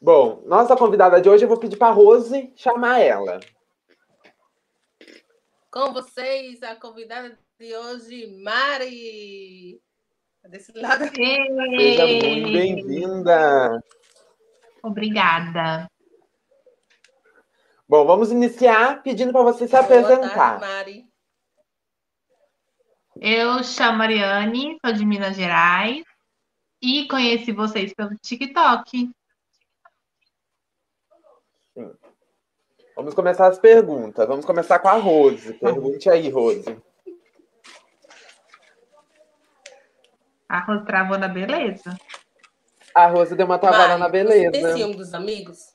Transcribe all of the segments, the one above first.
Bom, nossa convidada de hoje, eu vou pedir para Rose chamar ela. Com vocês, a convidada de hoje, Mari. Tá Desse lado. Seja muito bem-vinda. Obrigada. Bom, vamos iniciar pedindo para você se Boa apresentar. tarde, Mari. Eu chamo Ariane, sou de Minas Gerais e conheci vocês pelo TikTok. Vamos começar as perguntas. Vamos começar com a Rose. Pergunte aí, Rose. Arroz travou na beleza. A Rose deu uma travada Mari, na Você tem beleza. ciúme dos amigos?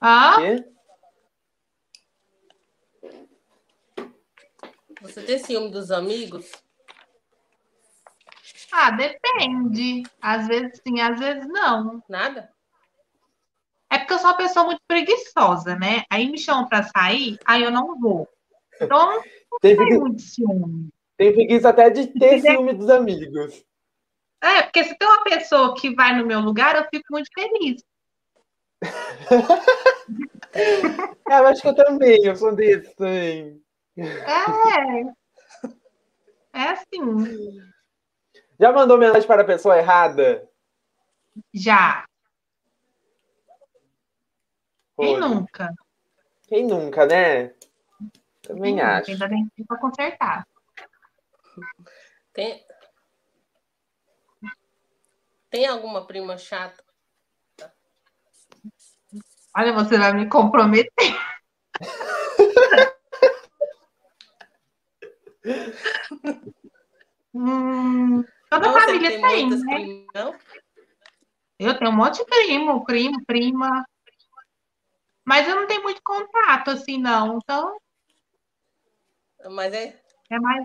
Ah, Quê? Você tem ciúme dos amigos? ah, depende. Às vezes sim, às vezes não. Nada? É porque eu sou uma pessoa muito preguiçosa, né? Aí me chamam pra sair, aí eu não vou. Então, não Tem, tem pregui- muito ciúme. tem preguiça até de ter ciúme dos amigos. É, porque se tem uma pessoa que vai no meu lugar, eu fico muito feliz. Ah, Eu acho que eu também, eu sou desse também. É. É assim, Já mandou mensagem para a pessoa errada? já. Quem Rose? nunca? Quem nunca, né? Também Quem nunca? acho. Ainda tem tempo pra consertar. Tem... tem alguma prima chata? Olha, você vai me comprometer. Hum, toda Você que família tem, muitas né? primas, não? Eu tenho um monte de primo, primo, prima. Mas eu não tenho muito contato, assim, não. Então, Mas é... é mais.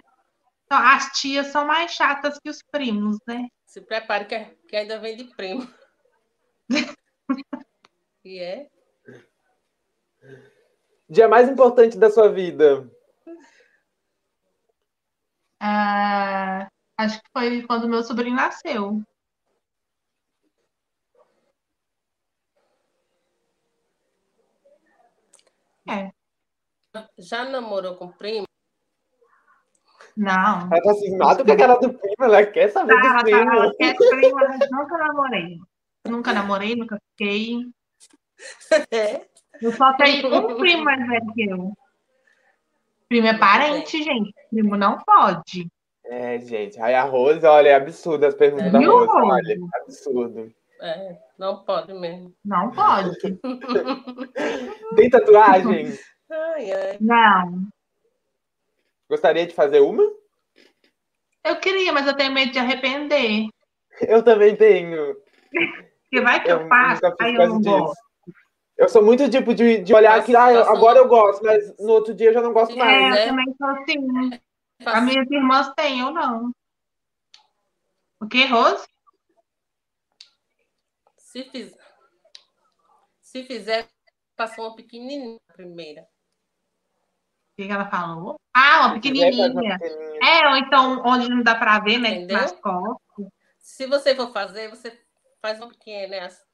então, as tias são mais chatas que os primos, né? se prepare que, é, que ainda vem de primo. e é? Dia mais importante da sua vida. Ah, acho que foi quando meu sobrinho nasceu. É, Já namorou com primo? não. Ela tá cismada com a cara do primo, ela quer saber Tá, do tá, primo. ela quer prima, mas nunca namorei. Nunca namorei, nunca fiquei. É. Eu só tenho um primo mais velho que eu. Primo é parente, gente. Primo não pode. É, gente. Aí a Rose, olha, é absurdo as perguntas da Viu, Rose. Rose? Olha, é absurdo. É, não pode mesmo. Não pode. Tem tatuagem? Ai, ai. Não. Gostaria de fazer uma? Eu queria, mas eu tenho medo de arrepender. Eu também tenho. Porque vai que eu, Eu faço, nunca fiz aí eu quase não disso. gosto. Eu sou muito tipo de, de olhar Nossa, aqui, ah, eu- nossa, agora não. eu gosto, mas no outro dia eu já não gosto É. mais. É, eu né? também sou assim. As Faço- minhas irmãs têm, eu não. O que, Rose? Se fizer, se fizer, passou uma pequenininha a primeira. O que que ela falou? Ah, uma pequenininha. É, ou então onde não dá pra ver, né? Entendeu? Nas costas. Se você for fazer, você faz uma pequena, né? As-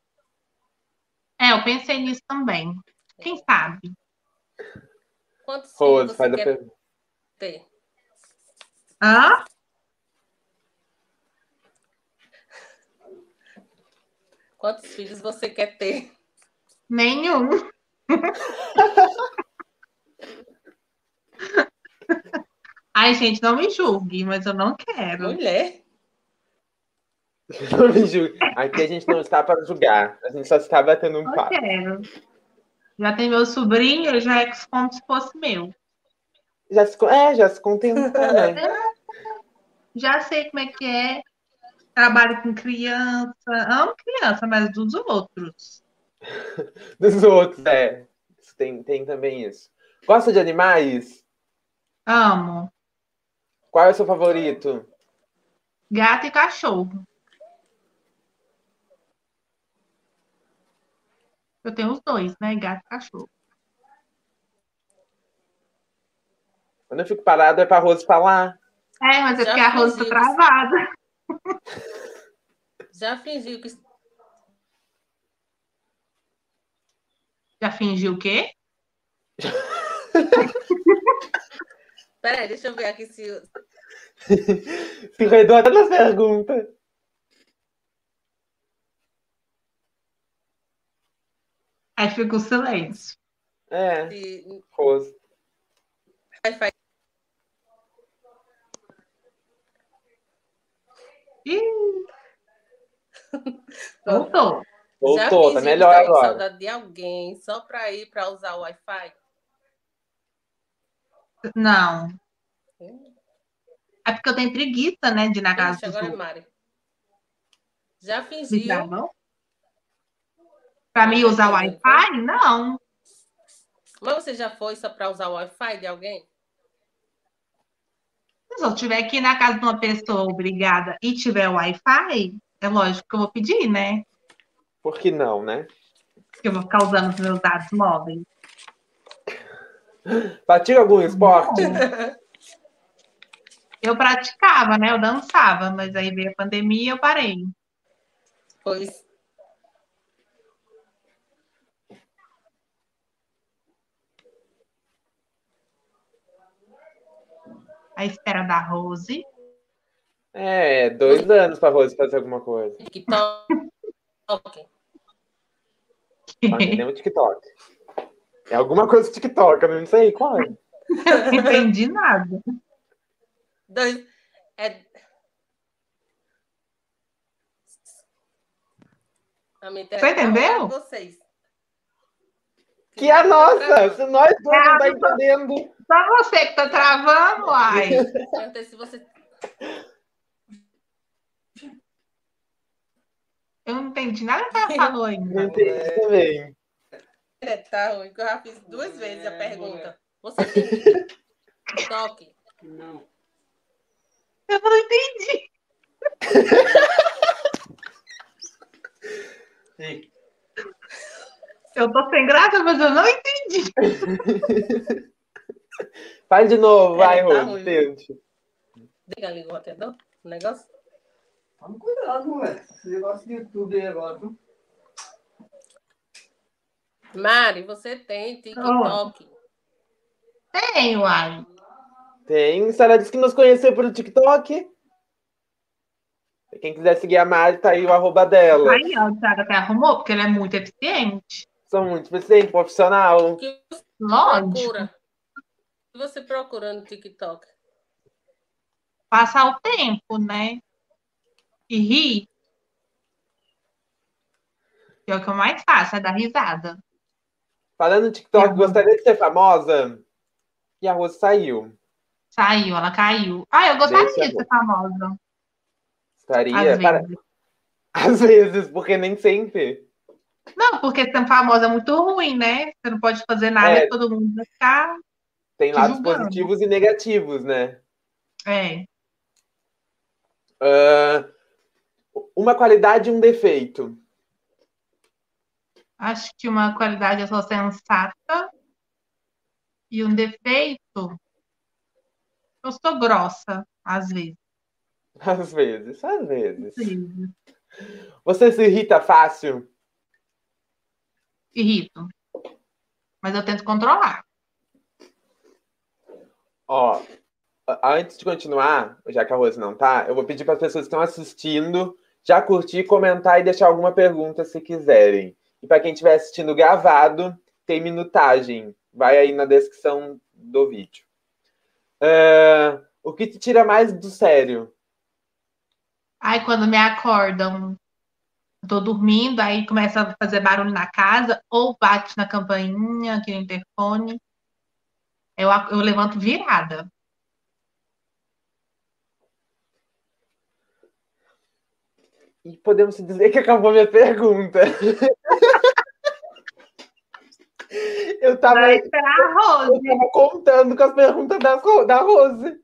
É, eu pensei nisso também. Quem sabe? Quantos filhos Rose, você faz a quer pergunta. ter? Hã? Quantos filhos você quer ter? Nenhum. Ai, gente, não me julgue, mas eu não quero. Mulher. Não me julgue. Aqui a gente não está para julgar. A gente só está batendo um Não papo. quero. Já tem meu sobrinho, eu já é como se fosse meu. Já se, con- é, já se contenta, né? Já sei como é que é. Trabalho com criança. Amo criança, mas dos outros. Dos outros, é. Isso Tem, tem também isso. Gosta de animais? Amo. Qual é o seu favorito? Gato e cachorro. Eu tenho os dois, né? Gato e cachorro. Quando eu fico parado é pra Rose falar. É, mas é Já porque a Rosa tá fiz isso. travada. Já fingiu que Já fingiu o quê? Peraí, deixa eu ver aqui se. Se redonda nas perguntas. Aí fica o silêncio. É, se... rosto. Já Voltou. Voltou, tá fingi que melhor tava com agora. saudade de alguém só para ir para usar o Wi-Fi? Não. Hum. É porque eu tenho preguiça, né, de ir na casa Ixi, dos agora é outros. Mari. Já fingiu. Já não? Pra mim usar o Wi-Fi? Não. Mas você já foi só para usar o Wi-Fi de alguém? Se eu tiver aqui na casa de uma pessoa obrigada e tiver Wi-Fi, é lógico que eu vou pedir, né? Por que não, né? Porque eu vou ficar usando os meus dados móveis. Pratica algum esporte? Eu praticava, né? Eu dançava, mas aí veio a pandemia e eu parei. Pois. À espera da Rose. É, dois anos pra Rose fazer alguma coisa. TikTok. Pra mim, nem o TikTok. É alguma coisa do TikTok, eu não sei qual. é. Não entendi nada. Dois. É... A minha internet tá entendeu? ruim pra Vocês. Que é a nossa! Se nós dois não tá entendendo. Só você que tá travando, uai. Perguntei se você Eu não entendi nada que ela falou Não ainda. entendi também. É, tá ruim, que eu já fiz duas vezes a pergunta. Você tem TikTok? Não. Eu não entendi. Sim. Eu tô sem graça, mas eu não entendi. Faz de novo, vai, É, tá Rose, ruim. tente. Liga, liga o roteador. O negócio? Toma cuidado, ué. Esse negócio do YouTube aí agora. viu? Mari, você tem TikTok? Tem, uai. Tem. Sara disse que nos conheceu pelo TikTok. Quem quiser seguir a Mari, tá aí o arroba dela. Aí, ó, o Thiago até arrumou, porque ele é muito eficiente. Sou muito presente, profissional. O que você Lógico. procura? O que você procura no TikTok? Passar o tempo, né? E rir. Que é o que eu mais faço, é dar risada. Falando no Uhum. TikTok, gostaria de ser famosa? E a Rose saiu. Saiu, ela caiu. Ah, eu gostaria Deixa de ser famosa. Às Estaria. vezes. para- Às vezes, porque nem sempre. Não, porque ser famosa é muito ruim, né? Você não pode fazer nada É. e todo mundo vai ficar. Tem Te lados julgando. positivos e negativos, né? É. Ah, uma qualidade e um defeito. Acho que uma qualidade é só sensata e um defeito. Eu sou grossa, às vezes. Às vezes, às vezes. Sim. Você se irrita fácil? Irrito. Mas eu tento controlar. Ó, a- antes de continuar, já que a Rose não tá, eu vou pedir para as pessoas que estão assistindo já curtir, comentar e deixar alguma pergunta se quiserem. E para quem estiver assistindo gravado, tem minutagem. Vai aí na descrição do vídeo. Ah, o que te tira mais do sério? Aí quando me acordam, eu tô dormindo, aí começa a fazer barulho na casa, ou bate na campainha, aqui no interfone. Eu, ac- eu levanto virada. E podemos dizer que acabou minha pergunta. eu tava Vai esperar a Rose. Eu tava contando com as perguntas da, Ro- da Rose.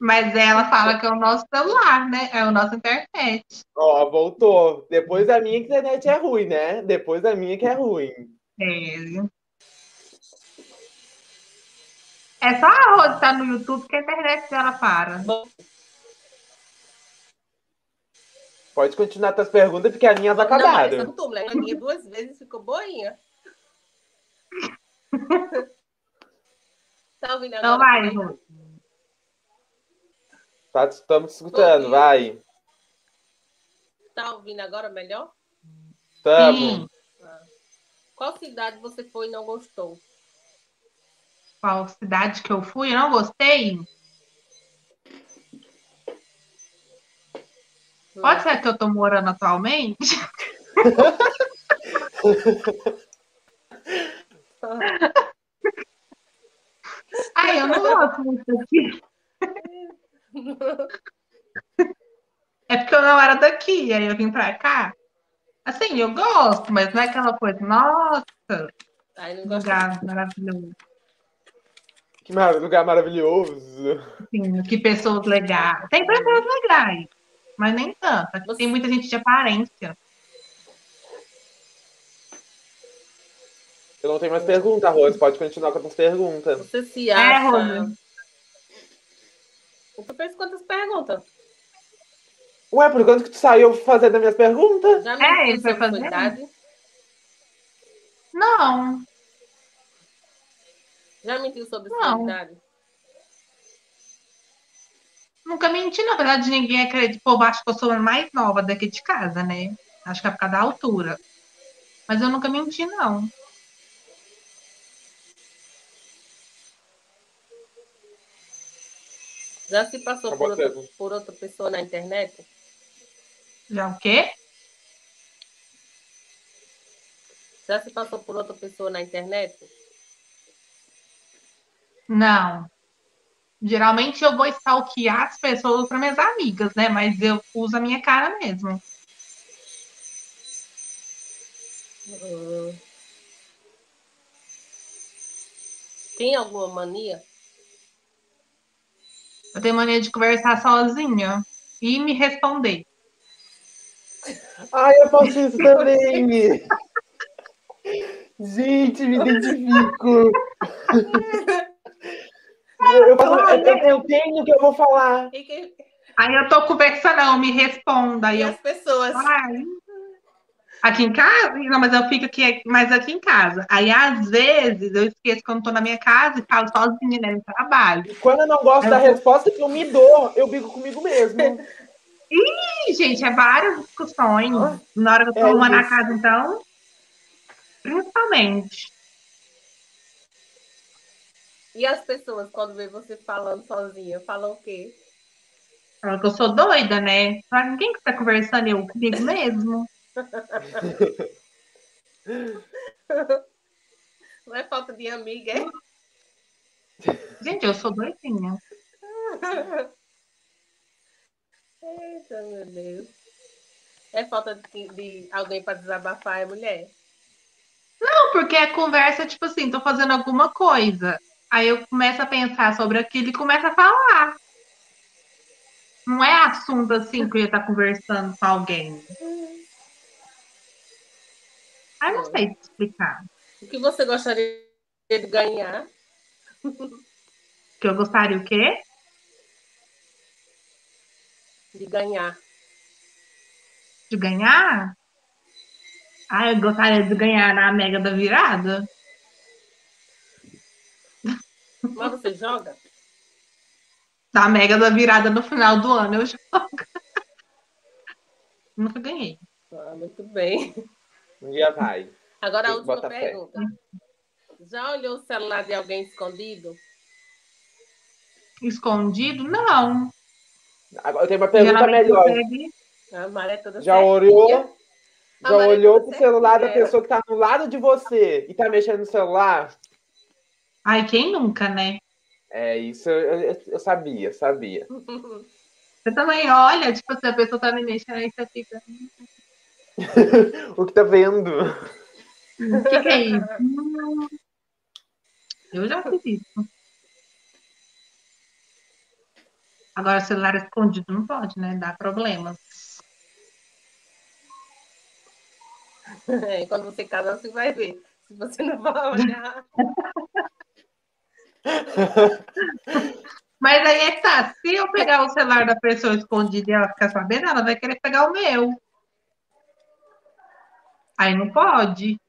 Mas ela fala que é o nosso celular, né? É o nosso internet. Ó, voltou. Depois da minha que a internet é ruim, né? Depois da minha que é ruim. É. É só a Rose estar no YouTube que a internet dela para. Bom, Pode continuar suas perguntas, porque as minhas Não, mas essa acabaram. do túmulo. A minha duas vezes ficou boinha. tá ouvindo agora? Então vai, Lu. Tá, estamos escutando, Tô ouvindo. vai. Tá ouvindo agora melhor? Tamo. Sim. Qual cidade você foi e não gostou? Qual cidade que eu fui? Eu não gostei. Pode ser que eu tô morando atualmente? Ai, eu não gosto muito daqui. É porque eu não era daqui, aí eu vim pra cá. Assim, eu gosto, mas não é aquela coisa, nossa, Aí não gostou. lugar maravilhoso. Que ma- lugar maravilhoso. Sim, Assim, que pessoas legais. Tem pessoas legais, mas nem tanto. Tem muita gente de aparência. Eu não tenho mais pergunta, Rose. Pode continuar com as tuas perguntas. Você se É, acha. Rose. Você fez quantas perguntas? Ué, por quanto que tu saiu fazendo as minhas perguntas? Já me É, disse ele foi sobre sua fazer? idade? Não, Já mentiu sobre sua Não. idade? nunca menti, na verdade, ninguém acredita. O povo acha que eu sou a mais nova daqui de casa, né? Acho que é por causa da altura. Mas eu nunca menti, não. Já se passou Acabou por a outra, pergunta. por outra pessoa na internet? Já o quê? Já se passou por outra pessoa na internet? Não. Geralmente eu vou stalkear as pessoas para minhas amigas, né? Mas eu uso a minha cara mesmo. Hum. Tem alguma mania? Eu tenho mania de conversar sozinha e me responder. Ai, eu faço isso também. Gente, me identifico. Eu, eu falo, eu- eu- eu tenho o que eu vou falar. E, que- Aí eu tô conversando, eu me responda. Aí e eu Ah. as pessoas? Ai. Aqui em casa? Não, mas eu fico aqui, mas aqui em casa. Aí, às vezes, eu esqueço quando tô na minha casa e falo sozinha, né, no trabalho. E quando eu não gosto É. da resposta que eu me dou, eu brigo comigo mesmo. Ih, gente, é várias discussões. Na hora que eu tô É uma na isso. casa, então. Principalmente. E as pessoas, quando vê você falando sozinha, falam o quê? Fala que eu sou doida, né? Fala, ninguém que tá conversando eu comigo mesmo. Não é falta de amiga, é? Gente, eu sou doidinha. Eita, meu Deus. É falta de, de alguém para desabafar, é mulher? Não, porque a conversa é tipo assim, tô fazendo alguma coisa. Aí eu começo a pensar sobre aquilo e começo a falar. Não é assunto assim que eu ia estar conversando com alguém. Aí eu não sei te explicar. O que você gostaria de ganhar? Que eu gostaria o quê? De ganhar. De ganhar? Ah, eu gostaria de ganhar na Mega da Virada? Mas você joga? Na Mega da Virada no final do ano eu jogo. Nunca ganhei. Ah, muito bem. Um dia vai. Agora Tem a que última botar fé. pergunta. Já olhou o celular de alguém escondido? Escondido? Não. Agora eu tenho uma pergunta Geralmente eu melhor. pego- A maré toda Já certinha. olhou? A Já Maria olhou tá pro celular da certa, pessoa que tá do lado de você e tá mexendo no celular? Ai, quem nunca, né? É, isso eu, eu- eu sabia, sabia. Você também olha, tipo, se a pessoa tá me mexendo, aí você fica, O que tá vendo? o que, que é isso? Hum. Eu já fiz isso. Agora, celular escondido não pode, né? Dá problema. É, quando você casar, você vai ver. Se você não vai olhar. Mas aí é que tá. Se eu pegar o celular da pessoa escondido e ela ficar sabendo, ela vai querer pegar o meu. Aí não pode.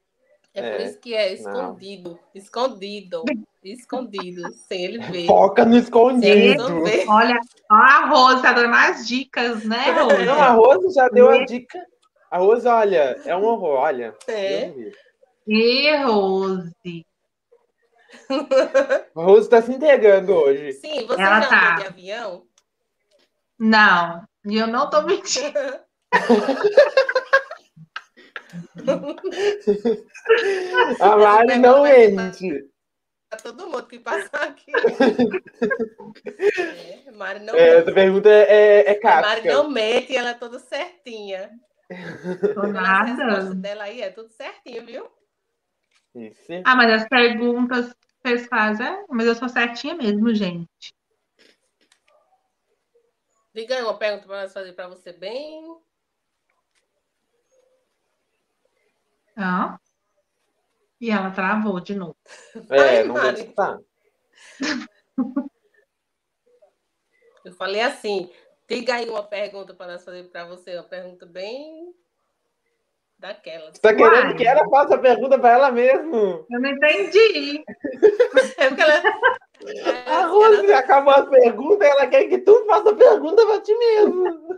É, por É, isso que é não. escondido. Escondido. Escondido. sem ele ver. Foca no Sem ele escondido. não ver. Olha, ó, a Rose tá dando mais dicas, né, Rose? Não, a Rose já deu a dica. A Rose, olha, é um horror, olha. É. Deus me livre. E Rose. A Rose tá se entregando hoje. É. Sim, você Ela já tá. andou de avião? Não, e eu não tô mentindo. A Mari não mente. Pra Tá todo mundo que passar aqui. é, Mari não É, mente. essa pergunta é, é, é Mari casca. não mente e ela é toda certinha. Tô A resposta nada. dela aí é tudo certinho, viu? Isso. Ah, mas as perguntas que vocês fazem, é, mas eu sou certinha mesmo, gente. Diga aí uma pergunta pra nós fazer pra você bem. Ah. E ela travou de novo. É, Ai, não Mari. deve escutar. Eu falei assim, diga aí uma pergunta pra nós fazer pra você, uma pergunta bem daquela. Você tá querendo Uai. que ela faça a pergunta pra ela mesmo? Eu não entendi. É porque ela... É, A Rose acabou a pergunta e ela quer que tu faça a pergunta pra ti mesmo.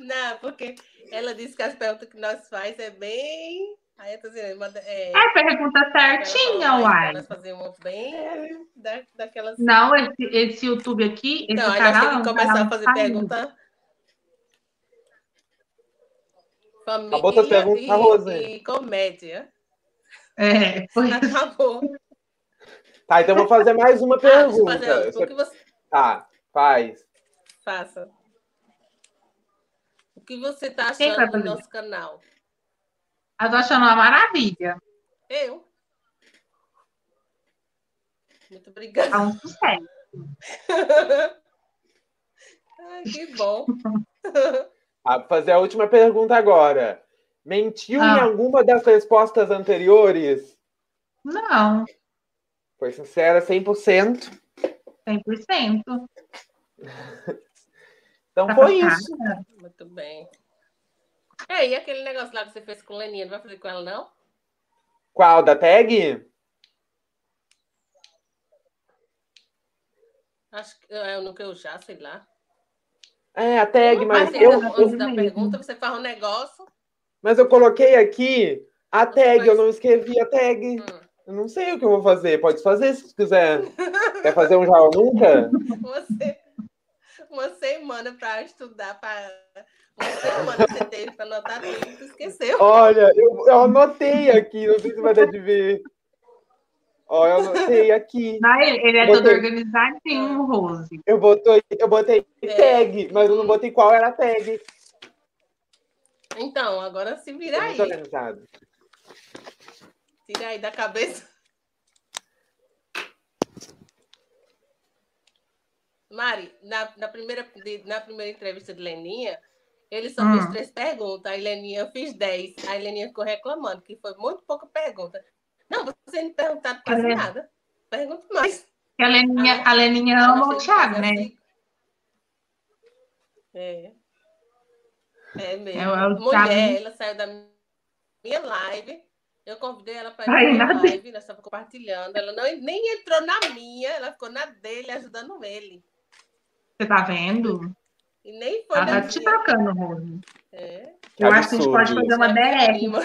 Não, é porque ela disse que as perguntas que nós faz é bem. Aí eu tô dizendo, manda- é, É pergunta ela falou, certinha, mas uai. Nós fazemos uma bem da, daquelas. Não, esse, esse YouTube aqui, esse Não, aí nós canal. temos que é um começar canal a fazer saído. pergunta. Família Acabou suas perguntas, e, Rosa. e comédia. É, foi. Acabou. Tá, então eu vou fazer mais uma Ah, deixa eu fazer pergunta. outra. O que você Tá, faz. faça? O que você tá Quem vai achando do fazer? nosso canal? Eu tô achando uma maravilha. Eu. Muito obrigada. É um sucesso. Ah. Ai, que bom. Ah, vou fazer a última pergunta agora. Mentiu em Ah. alguma das respostas anteriores? Não, Foi sincera 100%. 100%. Então Tá foi passada. isso. Muito bem. É, e aquele negócio lá que você fez com Leninha, não vai fazer com ela, não? Qual? Da tag? Acho que é o que eu já, sei lá. É, a tag, Não, mas mas eu, ainda antes da eu- pergunta, você faz um negócio. mas eu coloquei aqui a tag, faz- eu não escrevi a tag. Hum. Eu não sei o que eu vou fazer. Pode fazer se quiser. Quer fazer um já ou nunca? Você, uma semana para estudar, para uma semana você teve para anotar tudo, tu esqueceu. Olha, eu, eu anotei aqui, não sei se vai dar de ver. Ó, eu anotei aqui. Não, ele ele é Botei. todo organizadinho, Rose. Eu, botou, eu botei tag, mas eu não botei qual era a tag. Então, agora se Eu vira não aí. tô organizado. Tira aí da cabeça. Mari, na, na primeira, de- na primeira entrevista de Leninha, ele só Hum. fez três perguntas. Aí Leninha, eu fiz dez. Aí Leninha ficou reclamando, que foi muito pouca pergunta. Não, você não perguntaram quase É. nada. Pergunta mais. Que a Leninha, a Leninha Ela ama o fez Thiago, né? assim. É. É mesmo. É o- é o Mulher, Thiago. ela saiu da minha live. Eu convidei ela para Ai, ir na nada. minha live, nós estávamos compartilhando. Ela não, nem entrou na minha, ela ficou na dele, ajudando ele. Você tá vendo? E nem foi Ela na tá te minha. tacando, Rose. É. Que Eu acho que a gente absurdo pode isso. fazer uma DR. Prima.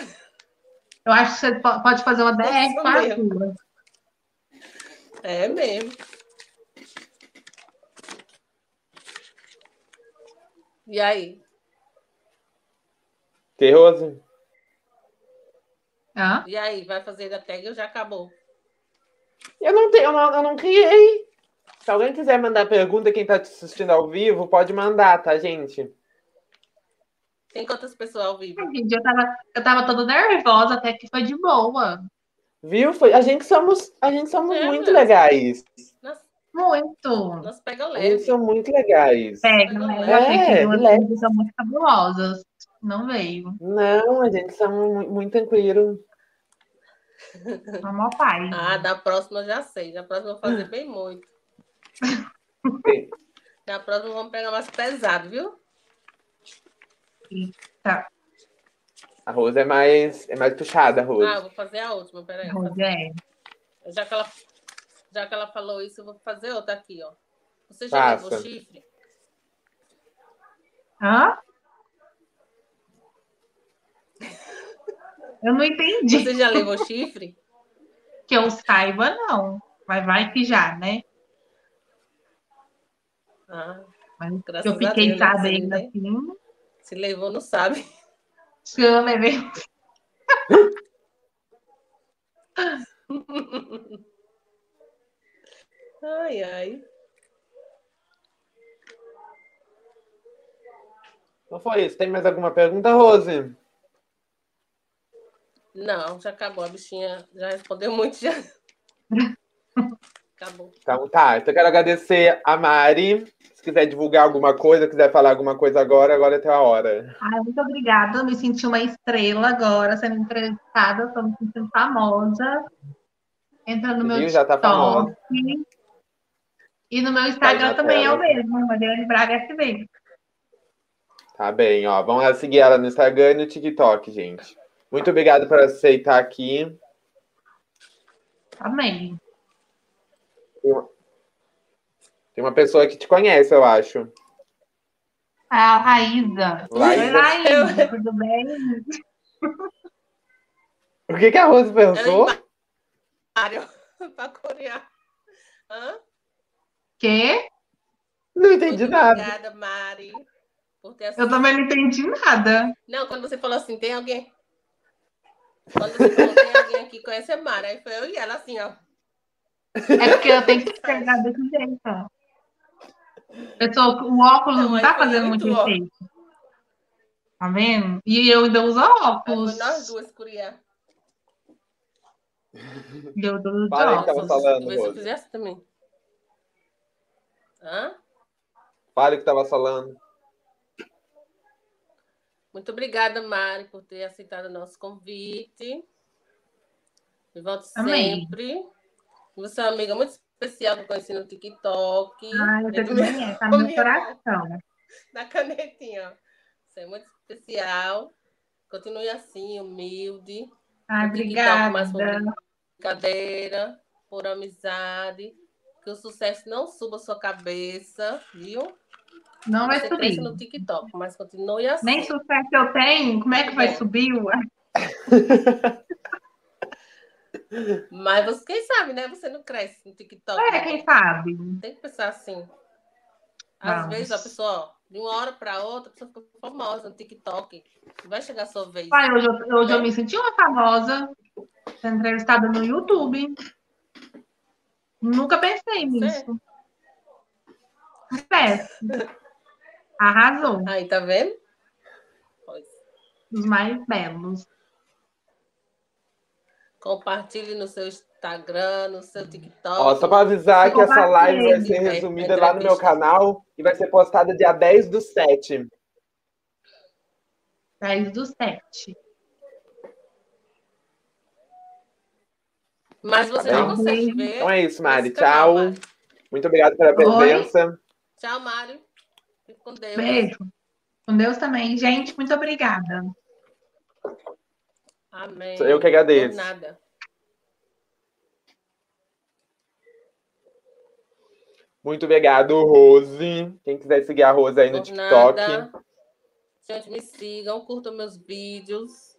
Eu acho que você po- pode fazer uma DR Isso com a mesmo. sua. É mesmo. E aí? Que, Rose? Hã? E aí? Vai fazer da tag ou já acabou? Eu não tenho, eu não, eu não criei. Se alguém quiser mandar pergunta, quem tá te assistindo ao vivo, pode mandar, tá, gente? Tem quantas pessoas ao vivo? Ai, gente, Eu tava, eu tava toda nervosa, até que foi de boa. Viu? Foi, a gente somos, a gente somos É, muito meu. legais. Nós, Muito. nós pega A gente leve. então- são muito legais. Pega, Não, né? é, Eu achei que duas leve. coisas são muito cabulosas. Não veio. Não, a gente são mu- muito tranquilo. Foi mó pai. Ah, da próxima eu já sei. Da próxima eu vou fazer bem muito. Sim. Na próxima vamos pegar mais pesado, viu? Tá. A Rosa é mais, é mais puxada, a Rosa. Ah, eu vou fazer a última, peraí. Rogério. Já que ela, já que ela falou isso, eu vou fazer outra aqui, ó. Você já Faça. levou chifre? Hã? Eu não entendi. Você já levou chifre? Que eu saiba, não. Mas vai que já, né? Ah, Mas Graças que eu a Deus, fiquei né? sabendo Sim, assim. é se levou, não sabe. Se eu levei. Ai, ai. Então foi isso. Tem mais alguma pergunta, Rose? Não, já acabou. A bichinha já respondeu muito, já. Acabou. Então tá, então eu quero agradecer a Mari. Se quiser divulgar alguma coisa, quiser falar alguma coisa agora, agora é até a hora. Ai, muito obrigada. Eu me senti uma estrela agora, sendo entrevistada. Estou me sentindo famosa. Entra no meu Viu? Já tá famosa. Tá TikTok. E no meu Instagram na também é tela. o mesmo, Mariane Braga SV. Tá bem, ó. Vamos lá seguir ela no Instagram e no TikTok, gente. Muito obrigado por aceitar aqui. Também. Tem uma pessoa que te conhece, eu acho. A Raíza. Raíza. Oi, Raíza. Tudo bem? O que, que a Rose Era pensou? empresário para corear. Hã? Quê? Não entendi Muito nada. Obrigada, Mari, por ter Eu assistido. também não entendi nada. Não, quando você falou assim, tem alguém. Quando você falou, tem alguém aqui que conhece a Mari. Aí foi eu e ela assim, ó. É porque eu tenho que pegar desse jeito. ó. Eu tô, o óculos Não, não aí tá foi fazendo muito muito efeito. Tá vendo? E eu ainda uso Aí óculos. foi nós duas corear. Meu Deus do Fala aí, céu. tava Se- falando, talvez eu Rose. fizesse também. Hã? Fale o que tava falando. Muito obrigada, Mari, por ter aceitado o nosso convite. Me volte Amém. sempre. Você é uma amiga muito especial que eu conheci no TikTok. Ai, você Dentro também é, tá no meu minha mão. coração. da canetinha, ó. Você é muito especial. Continue assim, humilde. Ai, No TikTok, mais Ah, obrigada. brincadeira, por amizade. Que o sucesso não suba a sua cabeça, viu? Não vai Você subir. cresça no TikTok, mas continue assim. Nem sucesso eu tenho, como é que vai É. subir? ué? Mas você, quem sabe, né? Você não cresce no TikTok. É, né? quem sabe? Tem que pensar assim. Às Vamos. vezes a pessoa, ó, de uma hora para outra, a pessoa fica famosa no TikTok. Vai chegar a sua vez. Ai, hoje, eu- hoje eu me senti uma famosa, sendo entrevistada no YouTube. Nunca pensei nisso. Sucesso. Arrasou. Aí, tá vendo? Pois. Os mais belos. Compartilhe no seu Instagram, no seu TikTok. Ó, tá só para avisar que essa live vai ser Compartilhe. resumida lá no meu canal e vai ser postada dia 10 do 7. 10 do 7. Mas você Tá não bem? consegue ver. Então é isso, Mari. esse Tchau. canal, Mari. Muito obrigado pela presença. Tchau, Mário. Fique com Deus. Beijo. Com Deus também. Gente, muito obrigada. Amém. Eu que agradeço. Por nada. Muito obrigado, Rose. Quem quiser seguir a Rose aí no Por TikTok. nada. Gente, me sigam, curtam meus vídeos.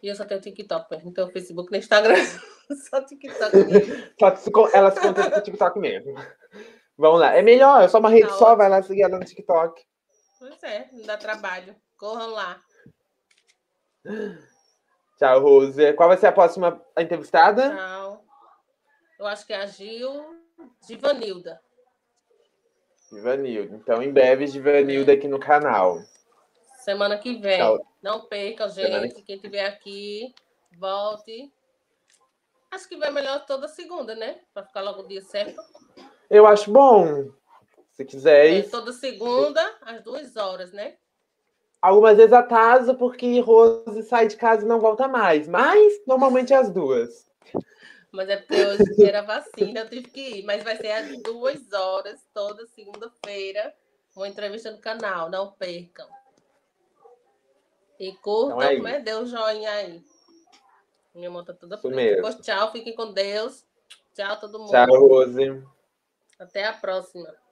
E eu só tenho TikTok, mesmo. não tenho Facebook nem Instagram. só TikTok mesmo. Só se con- ela se contenta com o TikTok mesmo. Vamos lá. É melhor, é só uma rede Tá só, ótimo. vai lá seguir ela no TikTok. Pois é, não dá trabalho. Corram lá. Tchau, Rose. Qual vai ser a próxima entrevistada? Tchau. Eu acho que é a Gil Givanilda. Givanildo. Então, em breve, Givanildo aqui no canal. Semana que vem. Tchau. Não percam, Semana gente. Quem estiver aqui, volte. Acho que vai melhor toda segunda, né? Para ficar logo o dia certo. Eu acho bom. Se É, quiser, toda segunda, às duas horas, né? Algumas vezes atrasa porque Rose sai de casa e não volta mais, mas normalmente é as duas. Mas é porque hoje era vacina, eu tive que ir. Mas vai ser às duas horas, toda segunda-feira. Uma entrevista no canal, não percam. E curtam, Então é como é, dê um joinha aí. Minha mão tá toda Isso preta. mesmo. Pois tchau, fiquem com Deus. Tchau, todo mundo. Tchau, Rose. Até a próxima.